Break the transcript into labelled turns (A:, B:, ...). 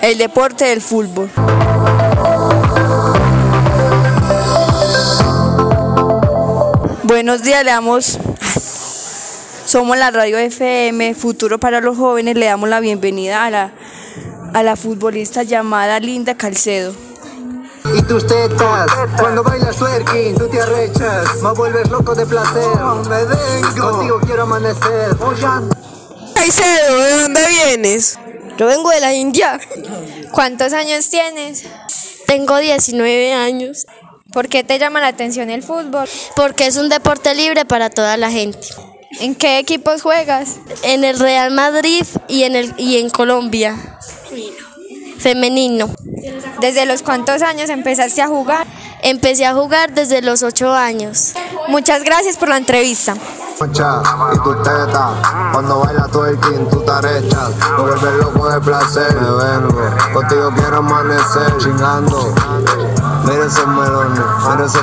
A: El deporte del fútbol. Buenos días, le damos. Somos la radio FM Futuro para los Jóvenes. Le damos la bienvenida a la, a la futbolista llamada Linda Calcedo.
B: Y tus tetas, cuando bailas twerking, tú te arrechas, me vuelves loco de placer. Me vengo, contigo quiero amanecer.
C: Caicedo, ¿de dónde vienes?
D: Yo vengo de la India.
E: ¿Cuántos años tienes?
D: Tengo 19 años.
E: ¿Por qué te llama la atención el fútbol?
D: Porque es un deporte libre para toda la gente.
E: ¿En qué equipos juegas?
D: En el Real Madrid y en, el, y en Colombia. Femenino.
E: ¿Desde los cuántos años empezaste a jugar?
D: Empecé a jugar desde los 8 años.
E: Muchas gracias por la entrevista.
B: Concha, y tu teta, cuando bailas twerking, tú te arrechas, me vuelves loco de placer. Me vengo, contigo quiero amanecer, chingando. Mira esos melones, mira esos